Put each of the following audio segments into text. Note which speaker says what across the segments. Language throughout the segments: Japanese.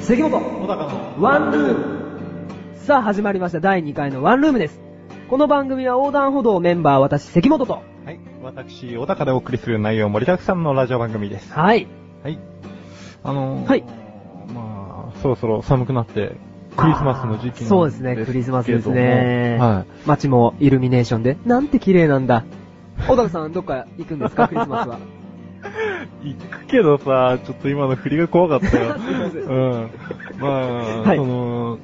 Speaker 1: 関本小
Speaker 2: 高の
Speaker 1: ワンルームさあ始まりました第2回のワンルームですこの番組は横断歩道メンバー私関本と
Speaker 2: はい。私、小高でお送りする内容盛りだくさんのラジオ番組です。
Speaker 1: はい
Speaker 2: はい。あのー、
Speaker 1: はい。
Speaker 2: まあ、そろそろ寒くなって、クリスマスの時期なんけ
Speaker 1: あー
Speaker 2: ども
Speaker 1: そうですねクリスマスですね
Speaker 2: は。
Speaker 1: 街もイルミネーションでなんて綺麗なんだ小高さんどっか行くんです かクリスマスはい
Speaker 2: 行くけどさ、ちょっと今の振りが怖かった よ。
Speaker 1: すいません
Speaker 2: うん。まあ、
Speaker 1: はい
Speaker 2: その、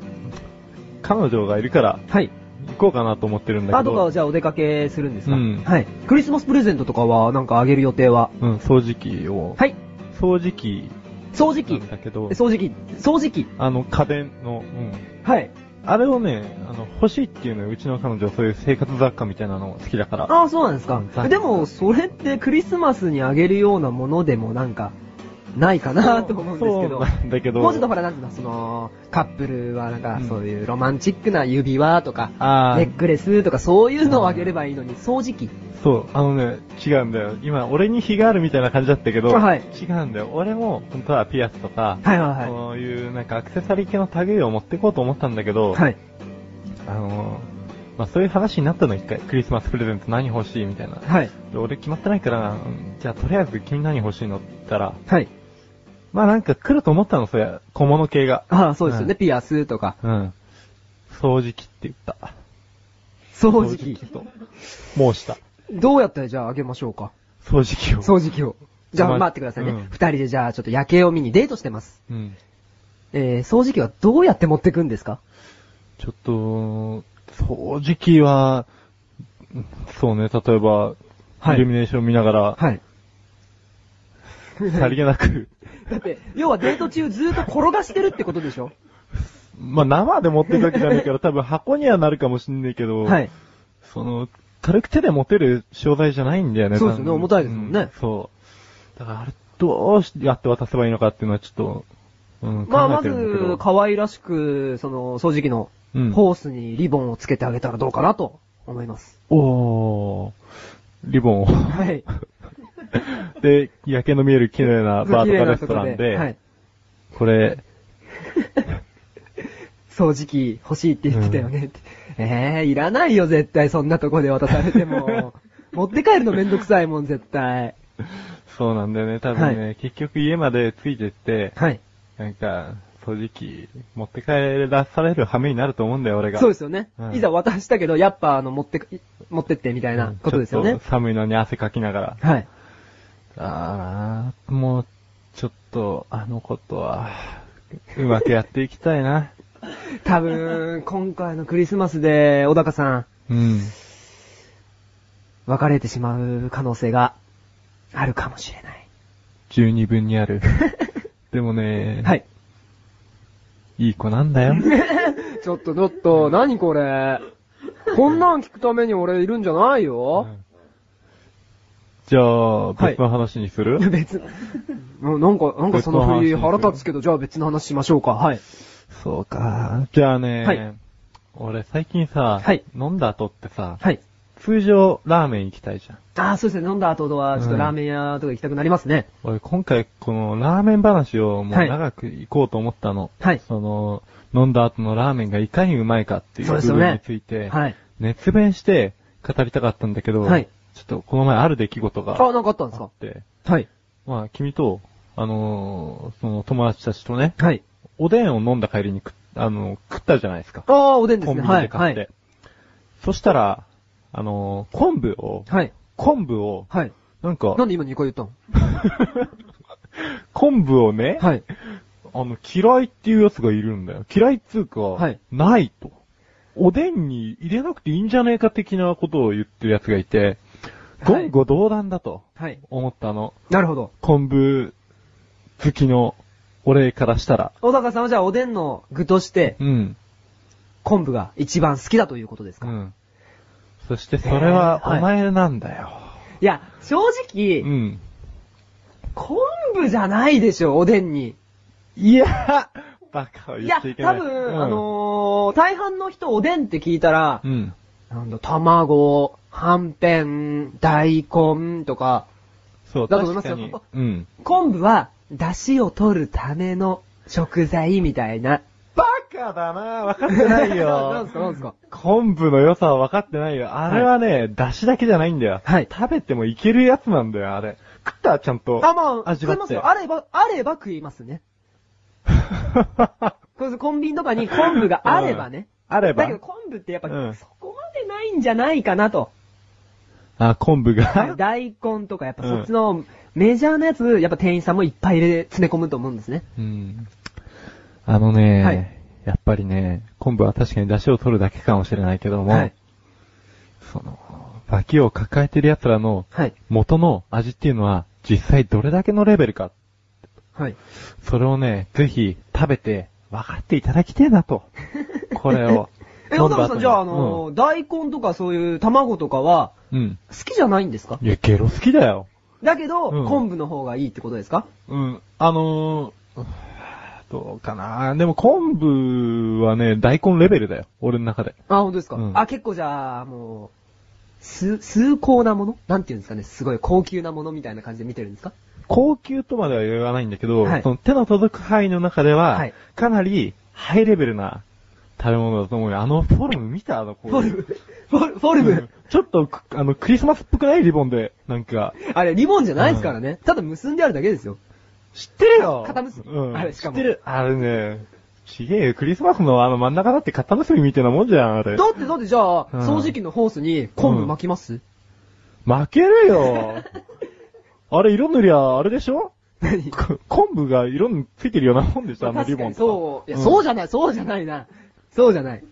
Speaker 2: 彼女がいるから、
Speaker 1: はい
Speaker 2: 行こうかなと思ってるんだ
Speaker 1: あ
Speaker 2: け
Speaker 1: とか
Speaker 2: ど
Speaker 1: は、じゃあお出かけするんですか、
Speaker 2: うん
Speaker 1: はいクリスマスプレゼントとかはなんかあげる予定は
Speaker 2: うん、掃除機を、
Speaker 1: はい
Speaker 2: 掃除機
Speaker 1: 掃除
Speaker 2: な
Speaker 1: 機
Speaker 2: んだけど、
Speaker 1: 掃除機掃除機
Speaker 2: あの、家電の、うん。
Speaker 1: はい
Speaker 2: あれをね、あの、欲しいっていうのよ、うちの彼女はそういう生活雑貨みたいなの好きだから。
Speaker 1: ああ、そうなんですか
Speaker 2: は。い
Speaker 1: でも、それってクリスマスにあげるようなものでもなんか、ないかなと思うんですけど。
Speaker 2: そうなんだけど。
Speaker 1: もうちょっとほら、なんていうの、その、カップルはなんか
Speaker 2: うん、
Speaker 1: そういうロマンチックな指輪とか、
Speaker 2: あ
Speaker 1: ネ
Speaker 2: ー
Speaker 1: ックレスとか、そういうのをあげればいいのに、掃除機。
Speaker 2: そう、あのね、違うんだよ。今、俺に非があるみたいな感じだったけど、
Speaker 1: はい
Speaker 2: 違うんだよ。俺も、本当はピアスとか、
Speaker 1: はいはいは
Speaker 2: そういうなんかアクセサリー系の類を持ってこうと思ったんだけど、
Speaker 1: い。はい。
Speaker 2: あのー、まあそういう話になったの一回、クリスマスプレゼント何欲しいみたいな。
Speaker 1: はい。
Speaker 2: で俺決まってないから、うんじゃあとりあえず君何欲しいのって言ったら、
Speaker 1: はい。
Speaker 2: まあなんか来ると思ったの、それ、小物系が。
Speaker 1: ああ、そうですよ
Speaker 2: は
Speaker 1: ね。
Speaker 2: い
Speaker 1: ピアスとか、
Speaker 2: うん。掃除機って言った。
Speaker 1: 掃除機。
Speaker 2: と。もうした。
Speaker 1: どうやったらじゃああげましょうか。
Speaker 2: 掃除機を。
Speaker 1: 掃除機を。じゃ
Speaker 2: ま
Speaker 1: あ
Speaker 2: あ
Speaker 1: 待ってくださいね
Speaker 2: うん。
Speaker 1: 二人でじゃあちょっと夜景を見にデートしてます。
Speaker 2: うん。
Speaker 1: えー、掃除機はどうやって持ってくんですか
Speaker 2: ちょっと、掃除機は、そうね、例えば、
Speaker 1: はい
Speaker 2: イルミネーション見ながら、
Speaker 1: はい。
Speaker 2: さりげな く、
Speaker 1: だって、要はデート中ずーっと転がしてるってことでしょ
Speaker 2: まあ生で持ってるわけじゃない から多分箱にはなるかもしんないけど、
Speaker 1: はい。
Speaker 2: その、軽く手で持てる商材じゃないんだよね。
Speaker 1: そうですよね
Speaker 2: 多分
Speaker 1: 重たいですもんね
Speaker 2: うそう。だからあれ、どうやって渡せばいいのかっていうのはちょっと、うん、
Speaker 1: まあ、
Speaker 2: 考え
Speaker 1: ま
Speaker 2: てるんだけど。
Speaker 1: ず、可愛らしく、その、掃除機の
Speaker 2: うん
Speaker 1: ホースにリボンをつけてあげたらどうかなと思います。
Speaker 2: おー、リボン を。
Speaker 1: はい。
Speaker 2: で、夜景の見える綺麗なバーとかレストラン
Speaker 1: 綺麗なとこ
Speaker 2: で、
Speaker 1: はい。
Speaker 2: これ、
Speaker 1: 掃除機欲しいって言ってたよねって。えー、いらないよ、絶対、そんなとこで渡されても。 持って帰るのめんどくさいもん、絶対。
Speaker 2: そうなんだよね、多分ね、
Speaker 1: は
Speaker 2: 結局家までついてって、
Speaker 1: はい。
Speaker 2: なんか、掃除機持って帰らされる羽目になると思うんだよ、俺が。
Speaker 1: そうですよね
Speaker 2: う。ん
Speaker 1: いざ渡したけど、やっぱ、あの、持ってく、持ってって、みたいなことです
Speaker 2: ち
Speaker 1: よ
Speaker 2: ょ
Speaker 1: ね
Speaker 2: っ。と寒いのに汗かきながら。
Speaker 1: はい。
Speaker 2: あー、もう、ちょっと、あのことは、うまくやっていきたい な。
Speaker 1: 多分、今回のクリスマスで、小高さん、
Speaker 2: うん。
Speaker 1: 別れてしまう可能性があるかもしれない。
Speaker 2: 十二分にあ る。でもね、
Speaker 1: はい。
Speaker 2: いい子なんだよ。
Speaker 1: ちょっとちょっと、何これ。こんなん聞くために俺いるんじゃないよ。
Speaker 2: じゃあ、
Speaker 1: はい
Speaker 2: 別の話にする、
Speaker 1: いや別に。うんなんか、なんかその振り
Speaker 2: 別の話
Speaker 1: 腹立つけど、じゃあ別の話しましょうか。はい。
Speaker 2: そうか。じゃあね、
Speaker 1: はい
Speaker 2: 俺最近さ、
Speaker 1: はい
Speaker 2: 飲んだ後ってさ、
Speaker 1: はい。
Speaker 2: 通常ラーメン行きたいじゃん。
Speaker 1: ああ、そうですね。飲んだ後は、ちょっとラーメン屋とか行きたくなりますね。
Speaker 2: 俺今回このラーメン話をもう
Speaker 1: はい
Speaker 2: 長く行こうと思ったの。
Speaker 1: はい
Speaker 2: その、飲んだ後のラーメンがいかにうまいかっていう
Speaker 1: そう
Speaker 2: 部
Speaker 1: ですよね
Speaker 2: 分について、
Speaker 1: はい。
Speaker 2: 熱弁して語りたかったんだけど、
Speaker 1: はい
Speaker 2: ちょっとこの前ある出来事が
Speaker 1: あ、なんかあったんです
Speaker 2: あっ
Speaker 1: か
Speaker 2: て、
Speaker 1: はい。
Speaker 2: まあ君と、あのーその友達たちとね、
Speaker 1: はい。
Speaker 2: おでんを飲んだ帰りに食っあの、食ったじゃないですか。
Speaker 1: ああ、おでんで
Speaker 2: コ
Speaker 1: す
Speaker 2: ン
Speaker 1: ね。
Speaker 2: ビニ
Speaker 1: は
Speaker 2: で
Speaker 1: い。
Speaker 2: 買
Speaker 1: は
Speaker 2: って。
Speaker 1: い。
Speaker 2: そしたら、あのー昆布を、
Speaker 1: はい。
Speaker 2: 昆布を、
Speaker 1: はい。
Speaker 2: なんか、
Speaker 1: なんで今2回言ったの
Speaker 2: 昆布をね、
Speaker 1: はい。
Speaker 2: あの、嫌いっていうやつがいるんだよ。嫌いっつうか、
Speaker 1: はい
Speaker 2: ないと。おでんに入れなくていいんじゃねえか的なことを言ってるやつがいて、
Speaker 1: はい
Speaker 2: 言語道断だと
Speaker 1: はい。
Speaker 2: 思ったの。
Speaker 1: なるほど。
Speaker 2: 昆布好きの俺からしたら。
Speaker 1: 小高さんはじゃあおでんの具として、
Speaker 2: うん。
Speaker 1: 昆布が一番好きだということです
Speaker 2: う
Speaker 1: か、
Speaker 2: ん。そしてそれは
Speaker 1: えーはい
Speaker 2: お前なんだよ。
Speaker 1: いや、正直、
Speaker 2: うん。
Speaker 1: 昆布じゃないでしょ、おでんに。
Speaker 2: いや、バカを
Speaker 1: い
Speaker 2: 言
Speaker 1: や、
Speaker 2: っていけな
Speaker 1: 多
Speaker 2: い。
Speaker 1: 分、
Speaker 2: うん
Speaker 1: あのー、大半の人おでんって聞いたら、
Speaker 2: うん。
Speaker 1: なんだ、卵、はんぺん、大根とか、
Speaker 2: そう、
Speaker 1: だと思いま
Speaker 2: 確
Speaker 1: す
Speaker 2: か
Speaker 1: よ
Speaker 2: に。うん。
Speaker 1: 昆布は、出汁を取るための食材みたいな。
Speaker 2: バカだな分かって ない
Speaker 1: ななん
Speaker 2: よ
Speaker 1: す。かなんすか
Speaker 2: 昆布の良さは分かってないよ。あれはね、出汁だけじゃないんだよ。
Speaker 1: はい
Speaker 2: 食べてもいけるやつなんだよ、あれ。食ったらちゃんと。
Speaker 1: あ、まあ、
Speaker 2: 味
Speaker 1: 食
Speaker 2: わ
Speaker 1: いま
Speaker 2: っ
Speaker 1: す
Speaker 2: て
Speaker 1: よ。。あれば、あれば食いますね。これコンビニとかに昆布があればね。
Speaker 2: あれば
Speaker 1: だけど昆布ってやっぱ、
Speaker 2: うん
Speaker 1: そこまでないんじゃないかなと。
Speaker 2: あ、昆布が。
Speaker 1: 大根とかやっぱそっちのメジャーなやつ、やっぱ店員さんもいっぱい入れ、詰め込むと思うんですね。
Speaker 2: うん。あのね、
Speaker 1: はい
Speaker 2: やっぱりね、昆布は確かに出汁を取るだけかもしれないけども、
Speaker 1: はい
Speaker 2: その、脇を抱えてる奴らの
Speaker 1: はい。
Speaker 2: 元の味っていうのは、実際どれだけのレベルか。
Speaker 1: はい。
Speaker 2: それをね、ぜひ食べて分かっていただきてえな と。これを。
Speaker 1: え、
Speaker 2: 飲
Speaker 1: 小
Speaker 2: んだ後
Speaker 1: 沢さん、
Speaker 2: に
Speaker 1: じゃあ、あのー、大根とかそういう卵とかは、
Speaker 2: うん。うん
Speaker 1: 好きじゃないんですか
Speaker 2: いや、ゲロ好きだよ。
Speaker 1: だけど、
Speaker 2: うん
Speaker 1: 昆布の方がいいってことですか
Speaker 2: うん。あのー、うーどうかなでも昆布はね、大根レベルだよ。俺の中で。
Speaker 1: あ、本当ですか、
Speaker 2: うん
Speaker 1: あ、結構じゃあ、もう、す、崇高なものなんていうんですかね、すごい高級なものみたいな感じで見てるんですか
Speaker 2: 高級とまでは言わないんだけど、
Speaker 1: はい
Speaker 2: その手の届く範囲の中では、
Speaker 1: はい
Speaker 2: かなりハイレベルな食べ物だと思うよ。あのフォルム見たあの、こう
Speaker 1: フォルム、フォルフォルム、
Speaker 2: うんちょっとく、あの、クリスマスっぽくないリボンで、なんか、
Speaker 1: あれ、リボンじゃないですからね。ただ結んであるだけですよ。
Speaker 2: 知ってるよ
Speaker 1: 片結び
Speaker 2: うん。
Speaker 1: あれしかも
Speaker 2: 知ってる。あれね、ちげえよ。クリスマスのあの真ん中だって片結びみたいなもんじゃん、あれ。
Speaker 1: だって、だってじゃあ、
Speaker 2: うん
Speaker 1: 掃除機のホースに昆布巻きます、
Speaker 2: 負ける よあれ、色塗りゃ、あれでしょ
Speaker 1: 何
Speaker 2: こ昆布が色についてるようなもんでしょ、あのリボンとか。
Speaker 1: そう。いや、そうじゃない、そうじゃないな。そうじゃない。
Speaker 2: うん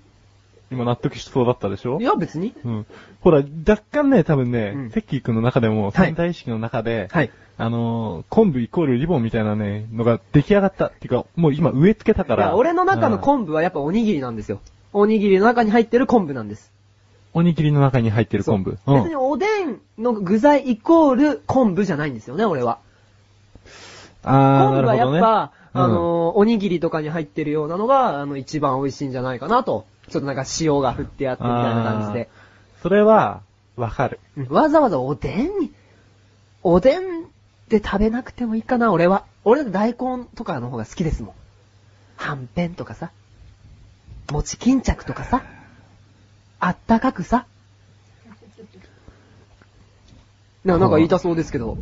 Speaker 2: 今納得しそうだったでしょ
Speaker 1: いや、別に。
Speaker 2: うん。ほら、若干ね、多分ね、
Speaker 1: うん
Speaker 2: セッキー君の中でも、
Speaker 1: はい
Speaker 2: 潜在意識の中で、
Speaker 1: はい。
Speaker 2: あのー昆布イコールリボンみたいなね、のが出来上がった。っていうか、もう今植え付けたか
Speaker 1: いや
Speaker 2: ら。
Speaker 1: 俺の中の
Speaker 2: 布。
Speaker 1: 昆布はやっぱおにぎりなんですよ。おにぎりの中に入ってる昆布なんです。
Speaker 2: おにぎりの中に入ってる昆布。
Speaker 1: そう別におでんの具材イコール昆布じゃないんですよね、俺は。
Speaker 2: あー、
Speaker 1: 昆布
Speaker 2: な
Speaker 1: はや
Speaker 2: るほど
Speaker 1: っ
Speaker 2: ね。
Speaker 1: ぱ、
Speaker 2: うん
Speaker 1: あのー、おにぎりとかに入ってるようなのが、あの、一番美味しいんじゃないかなと。ちょっとなんか塩が振ってあってみたいな感じで。
Speaker 2: それは、わかる。
Speaker 1: わざわざおでんに、おでんで食べなくてもいいかな、俺は。俺だって大根とかの方が好きですもん。はんぺんとかさ、餅巾着とかさ、あったかくさ。ななんか言いたそうですけど、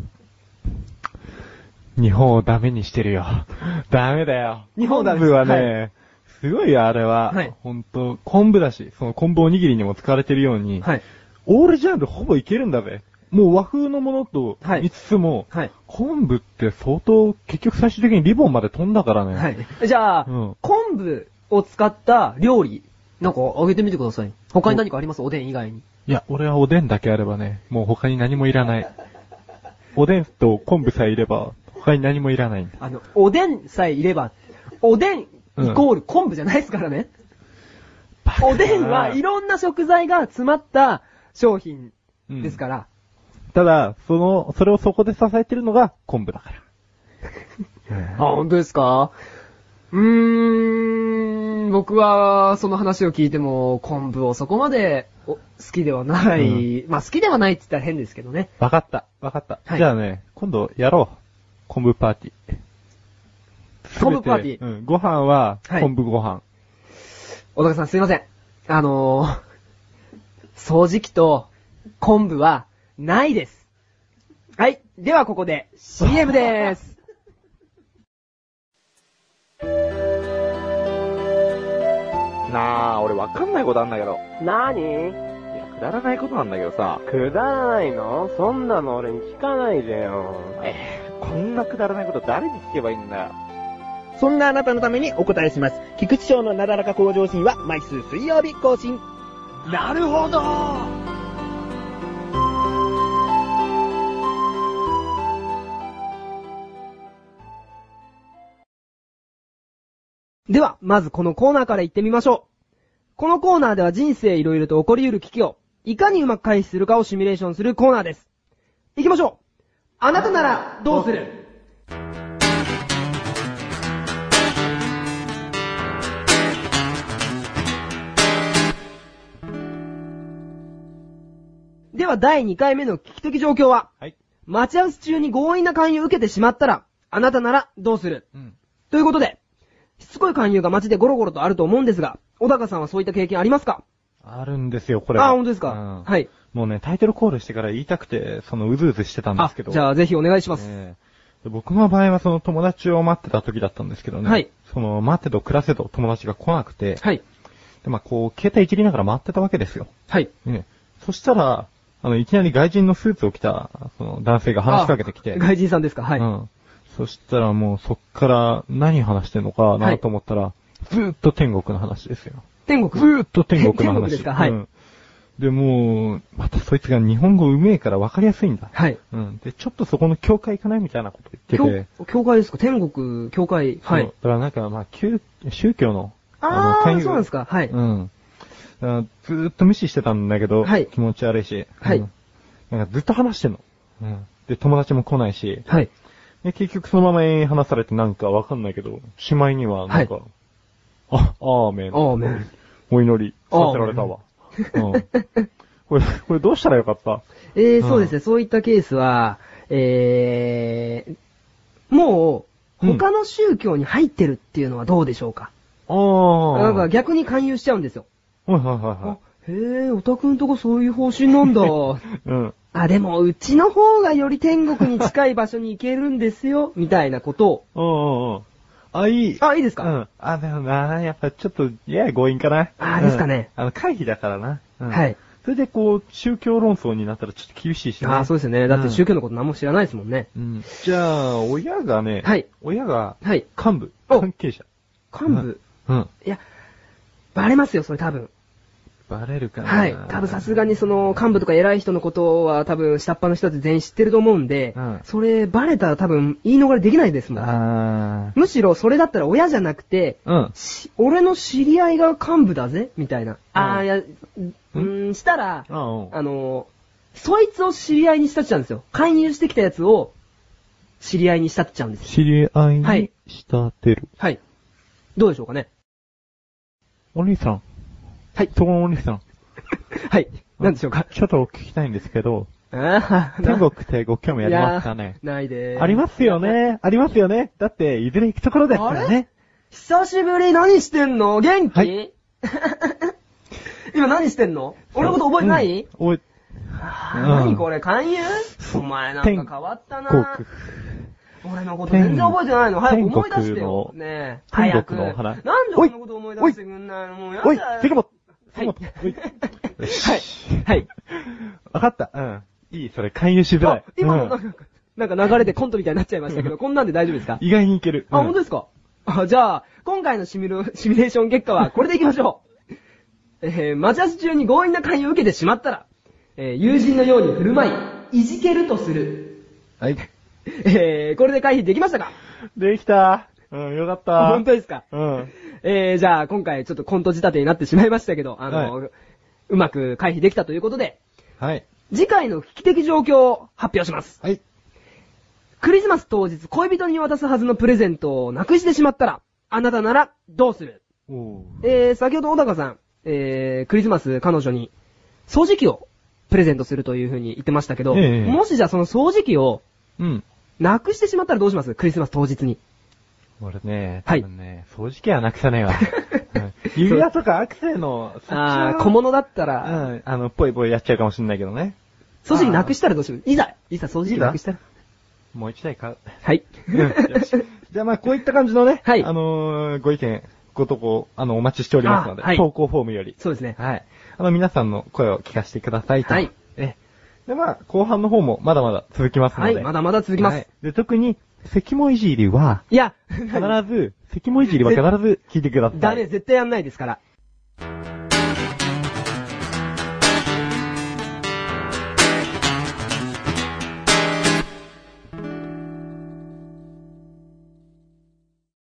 Speaker 2: 日本をダメにしてるよ。 ダメだよ。
Speaker 1: 日本をダメに
Speaker 2: 昆布はね、すごいよ、あれは。
Speaker 1: はい
Speaker 2: 本当昆布だし、その昆布おにぎりにも使われてるように、
Speaker 1: はい。
Speaker 2: オールジャンルほぼいけるんだべ。もう和風のものと
Speaker 1: はい
Speaker 2: 言いつつも、
Speaker 1: はい
Speaker 2: 昆布って相当、結局最終的にリボンまで飛んだからね。
Speaker 1: はい。じゃあ、
Speaker 2: うん
Speaker 1: 昆布を使った料理、なんかあげてみてください。他に何かありますおでん以外に。
Speaker 2: いや、俺はおでんだけあればね、もう他に何もいら ない。おでんと昆布さえいれば、他に何もいらないんだ。
Speaker 1: あの、おでんさえいれば、おでんイコール昆布じゃないですからね。
Speaker 2: バカだな
Speaker 1: おでんはいろんな食材が詰まった商品ですから。
Speaker 2: ただ、その、それをそこで支えてるのが昆布だから。
Speaker 1: あ、本当ですかうーん、僕はその話を聞いても昆布をそこまでお好きではない。まあ好きではないって言ったら変ですけどね。
Speaker 2: わかった、わかった。
Speaker 1: はい
Speaker 2: じゃあね、今度やろう。昆布パーティー。
Speaker 1: 昆布パーティ
Speaker 2: 全
Speaker 1: ー
Speaker 2: てうん、ご飯は
Speaker 1: はい
Speaker 2: 昆布ご飯。
Speaker 1: 小高さんすいません。あのー、掃除機と昆布はないです。はい。ではここで CM です。
Speaker 3: なあ、俺わかんないことあんだけど。
Speaker 4: なに
Speaker 3: いや、くだらないことなんだけどさ。
Speaker 4: くだらないのそんなの俺に聞かないでよ。
Speaker 3: こんなくだらないこと誰に聞けばいいんだよ。
Speaker 4: そんなあなたのためにお答えします。菊池賞のなだらか向上心は毎週水曜日更新。
Speaker 1: なるほどでは、まずこのコーナーから行ってみましょう。このコーナーでは人生いろいろと起こり得る危機を、いかにうまく回避するかをシミュレーションするコーナーです。行きましょうあなたならどうするでは第2回目の危機的状況は、
Speaker 2: はい。
Speaker 1: 待ち合わせ中に強引な勧誘を受けてしまったら、あなたならどうする
Speaker 2: うん。
Speaker 1: ということで、しつこい勧誘が街でゴロゴロとあると思うんですが、小高さんはそういった経験ありますか
Speaker 2: あるんですよ、これは。
Speaker 1: あ、本当ですか、
Speaker 2: うん
Speaker 1: はい。
Speaker 2: もうね、タイトルコールしてから言いたくて、そのうずうずしてたんで
Speaker 1: あ
Speaker 2: すけ、ど。
Speaker 1: じゃあぜひお願いします。
Speaker 2: ええで僕の場合はその友達を待ってた時だったんですけどね。
Speaker 1: はい
Speaker 2: その、待ってと暮らせと友達が来なくて、
Speaker 1: はい。
Speaker 2: で、まあこう、携帯いじりながら待ってたわけですよ。
Speaker 1: はい。
Speaker 2: ね。そしたら、あの、いきなり外人のスーツを着た、その男性が話しかけてきて。
Speaker 1: 外人さんですかはい。
Speaker 2: うん。そしたらもうそっから何話してんのか
Speaker 1: は
Speaker 2: ないと思ったら、ずーっと天国の話ですよ。
Speaker 1: 天
Speaker 2: ず
Speaker 1: 国。
Speaker 2: ーっと天国の話。
Speaker 1: 天国ですかはい
Speaker 2: うんで、もう、またそいつが日本語うめえから分かりやすいんだ。
Speaker 1: はい。
Speaker 2: うん。で、ちょっとそこの教会行かないみたいなこと言ってて。
Speaker 1: 教教会ですか天国、教会。は
Speaker 2: そ。
Speaker 1: いう
Speaker 2: だからなんか、まあ、旧宗教の、
Speaker 1: あ
Speaker 2: 勧
Speaker 1: ー、
Speaker 2: 誘
Speaker 1: そうなんですか。はい。
Speaker 2: うん。だからずーっと無視してたんだけど、
Speaker 1: はい
Speaker 2: 気持ち悪いし。
Speaker 1: はい
Speaker 2: うんなんかずっと話してんの。うん。で、友達も来ないし、
Speaker 1: はい。
Speaker 2: で、結局そのまま延々話されてなんかわかんないけど、しまいにはなんか、あ、アーメン。
Speaker 1: アーメン。
Speaker 2: お祈り、させられたわ。うん。これ、これどうしたらよかった
Speaker 1: え
Speaker 2: う
Speaker 1: ー、
Speaker 2: ん
Speaker 1: そうですね。そういったケースは、えー、もう、
Speaker 2: うん
Speaker 1: 他の宗教に入ってるっていうのはどうでしょうか、
Speaker 2: ああ。
Speaker 1: なんか逆に勧誘しちゃうんですよ。
Speaker 2: はいはいはいは
Speaker 1: あへえ、オタクんとこそういう方針な んだ。
Speaker 2: い。うん。
Speaker 1: あ、でも、うちの方がより天国に近い場所に行けるんですよ、みたいなことを。
Speaker 2: うんうんうん。あ、いい。
Speaker 1: あ、いいです
Speaker 2: う
Speaker 1: か、
Speaker 2: ん。あ、でもな、やっぱちょっと、やや強引かな。
Speaker 1: あーですかね
Speaker 2: うん。あの、会議だからな。うん
Speaker 1: はい。
Speaker 2: それでこう、宗教論争になったらちょっと厳しいし
Speaker 1: あーそうですよね。だって宗
Speaker 2: 教。
Speaker 1: 教のこと何も知らないですもんね。
Speaker 2: うん。じゃあ、親がね、
Speaker 1: はい。
Speaker 2: 親が、
Speaker 1: はい。
Speaker 2: 幹部、
Speaker 1: お
Speaker 2: 関係者。
Speaker 1: 幹部、
Speaker 2: うん。
Speaker 1: いや、バレますよ、それ多分。
Speaker 2: バレるかな。
Speaker 1: はい。多分さすがにその幹部とか偉い人のことは多分下っ端の人って全員知ってると思うんで、
Speaker 2: うん
Speaker 1: それバレたら多分言い逃れできないですもん。
Speaker 2: あ
Speaker 1: むしろそれだったら親じゃなくて、
Speaker 2: ー。うん。
Speaker 1: し俺の知り合いが幹部だぜみたいな。
Speaker 2: う
Speaker 1: ああ、
Speaker 2: ん
Speaker 1: いや、うーん、したら、
Speaker 2: あうん
Speaker 1: あのー、そいつを知り合いにしたっちゃうんですよ。勧誘してきたやつを知り合いにしたっちゃうんですよ。
Speaker 2: 知り合い
Speaker 1: はい
Speaker 2: に仕立てる。
Speaker 1: はい。どうでしょうかね。
Speaker 2: お兄さん。
Speaker 1: はい
Speaker 2: そこのお兄さん。
Speaker 1: はい。なんでしょうか。
Speaker 2: ちょっとお聞きしたいんですけど、
Speaker 1: ああ、
Speaker 2: 天国ってご興味ありますかね
Speaker 1: いやーないでーす。
Speaker 2: ありますよね。ありますよね。だって、いずれ行くところですからね。
Speaker 1: 久しぶり、何してんの元気、
Speaker 2: は
Speaker 1: 今何してんの俺のこと覚えてない、
Speaker 2: うん覚え、
Speaker 1: は
Speaker 2: うん
Speaker 1: あ何これ、勧誘お前なんか変わった
Speaker 2: 国。
Speaker 1: な俺のこと全然覚えてないの。早く思い出し
Speaker 2: 天国
Speaker 1: てよ。
Speaker 2: の
Speaker 1: ねえ。
Speaker 2: 天
Speaker 1: 早く。
Speaker 2: 国のお花
Speaker 1: なんで俺のこと思い出してくんないのもうやだ
Speaker 2: おい
Speaker 1: よ。、
Speaker 2: セケモ
Speaker 1: はい。
Speaker 2: は
Speaker 1: はい。 はい。
Speaker 2: わかった。うん。いい、それ、勧誘しづら
Speaker 1: あ
Speaker 2: い。、
Speaker 1: 今
Speaker 2: う
Speaker 1: の
Speaker 2: ん
Speaker 1: なんか、なんか流れでコントみたいになっちゃいましたけど、こんなんで大丈夫ですか
Speaker 2: 意外にいける。
Speaker 1: あ、本当
Speaker 2: で
Speaker 1: ですかあ、じゃあ、今回のシミュレシミュレーション結果はこれでいきましょう。えー、待ち合わせ中に強引な勧誘を受けてしまったら、えー、友人のように振る舞い、いじけるとする。
Speaker 2: はい。
Speaker 1: えー、これで回避できましたか
Speaker 2: できた。うん、よかった。
Speaker 1: 本当ですか
Speaker 2: うん。
Speaker 1: えー、じゃあ、今回ちょっとコント仕立てになってしまいましたけど、あの、
Speaker 2: は
Speaker 1: うまく回避できたということで、
Speaker 2: はい。
Speaker 1: 次回の危機的状況を発表します。
Speaker 2: はい。
Speaker 1: クリスマス当日、恋人に渡すはずのプレゼントをなくしてしまったら、あなたならどうする
Speaker 2: おー
Speaker 1: えー、先ほど小高さん、えー、クリスマス彼女に掃除機をプレゼントするというふうに言ってましたけど、
Speaker 2: ええ
Speaker 1: もしじゃあその掃除機を
Speaker 2: うん。
Speaker 1: なくしてしまったらどうしますクリスマス当日に。
Speaker 2: 俺ね、
Speaker 1: はい
Speaker 2: 多分ね、掃除機はなくさねえ わ。うん指輪とかアクセの、
Speaker 1: あー、小物だった
Speaker 2: う
Speaker 1: ら、
Speaker 2: ん、あの、ぽいぽいやっちゃうかもしんないけどね。
Speaker 1: 掃除機なくしたらどうしますいざ、いざ掃除
Speaker 2: い
Speaker 1: 機
Speaker 2: ざ
Speaker 1: なくしたら。
Speaker 2: もう一台 買う。
Speaker 1: はい。
Speaker 2: よしじゃあまあ、こういった感じのね、
Speaker 1: はい
Speaker 2: あのーご意見、ご投稿、あの、お待ちしておりますので、
Speaker 1: あはい
Speaker 2: 投稿フォームより。
Speaker 1: そうですね。
Speaker 2: はい。あの、皆さんの声を聞かせてくださいと。
Speaker 1: はい。
Speaker 2: え。で、まあ、後半の方もまだまだ続きますの
Speaker 1: は
Speaker 2: で。
Speaker 1: い、まだまだ続きます。
Speaker 2: はい
Speaker 1: い、
Speaker 2: で、特に、関もいじりは、
Speaker 1: や、
Speaker 2: 必ず、関もいじりは必ず聞いてください。
Speaker 1: ダメ、絶対やんないですから。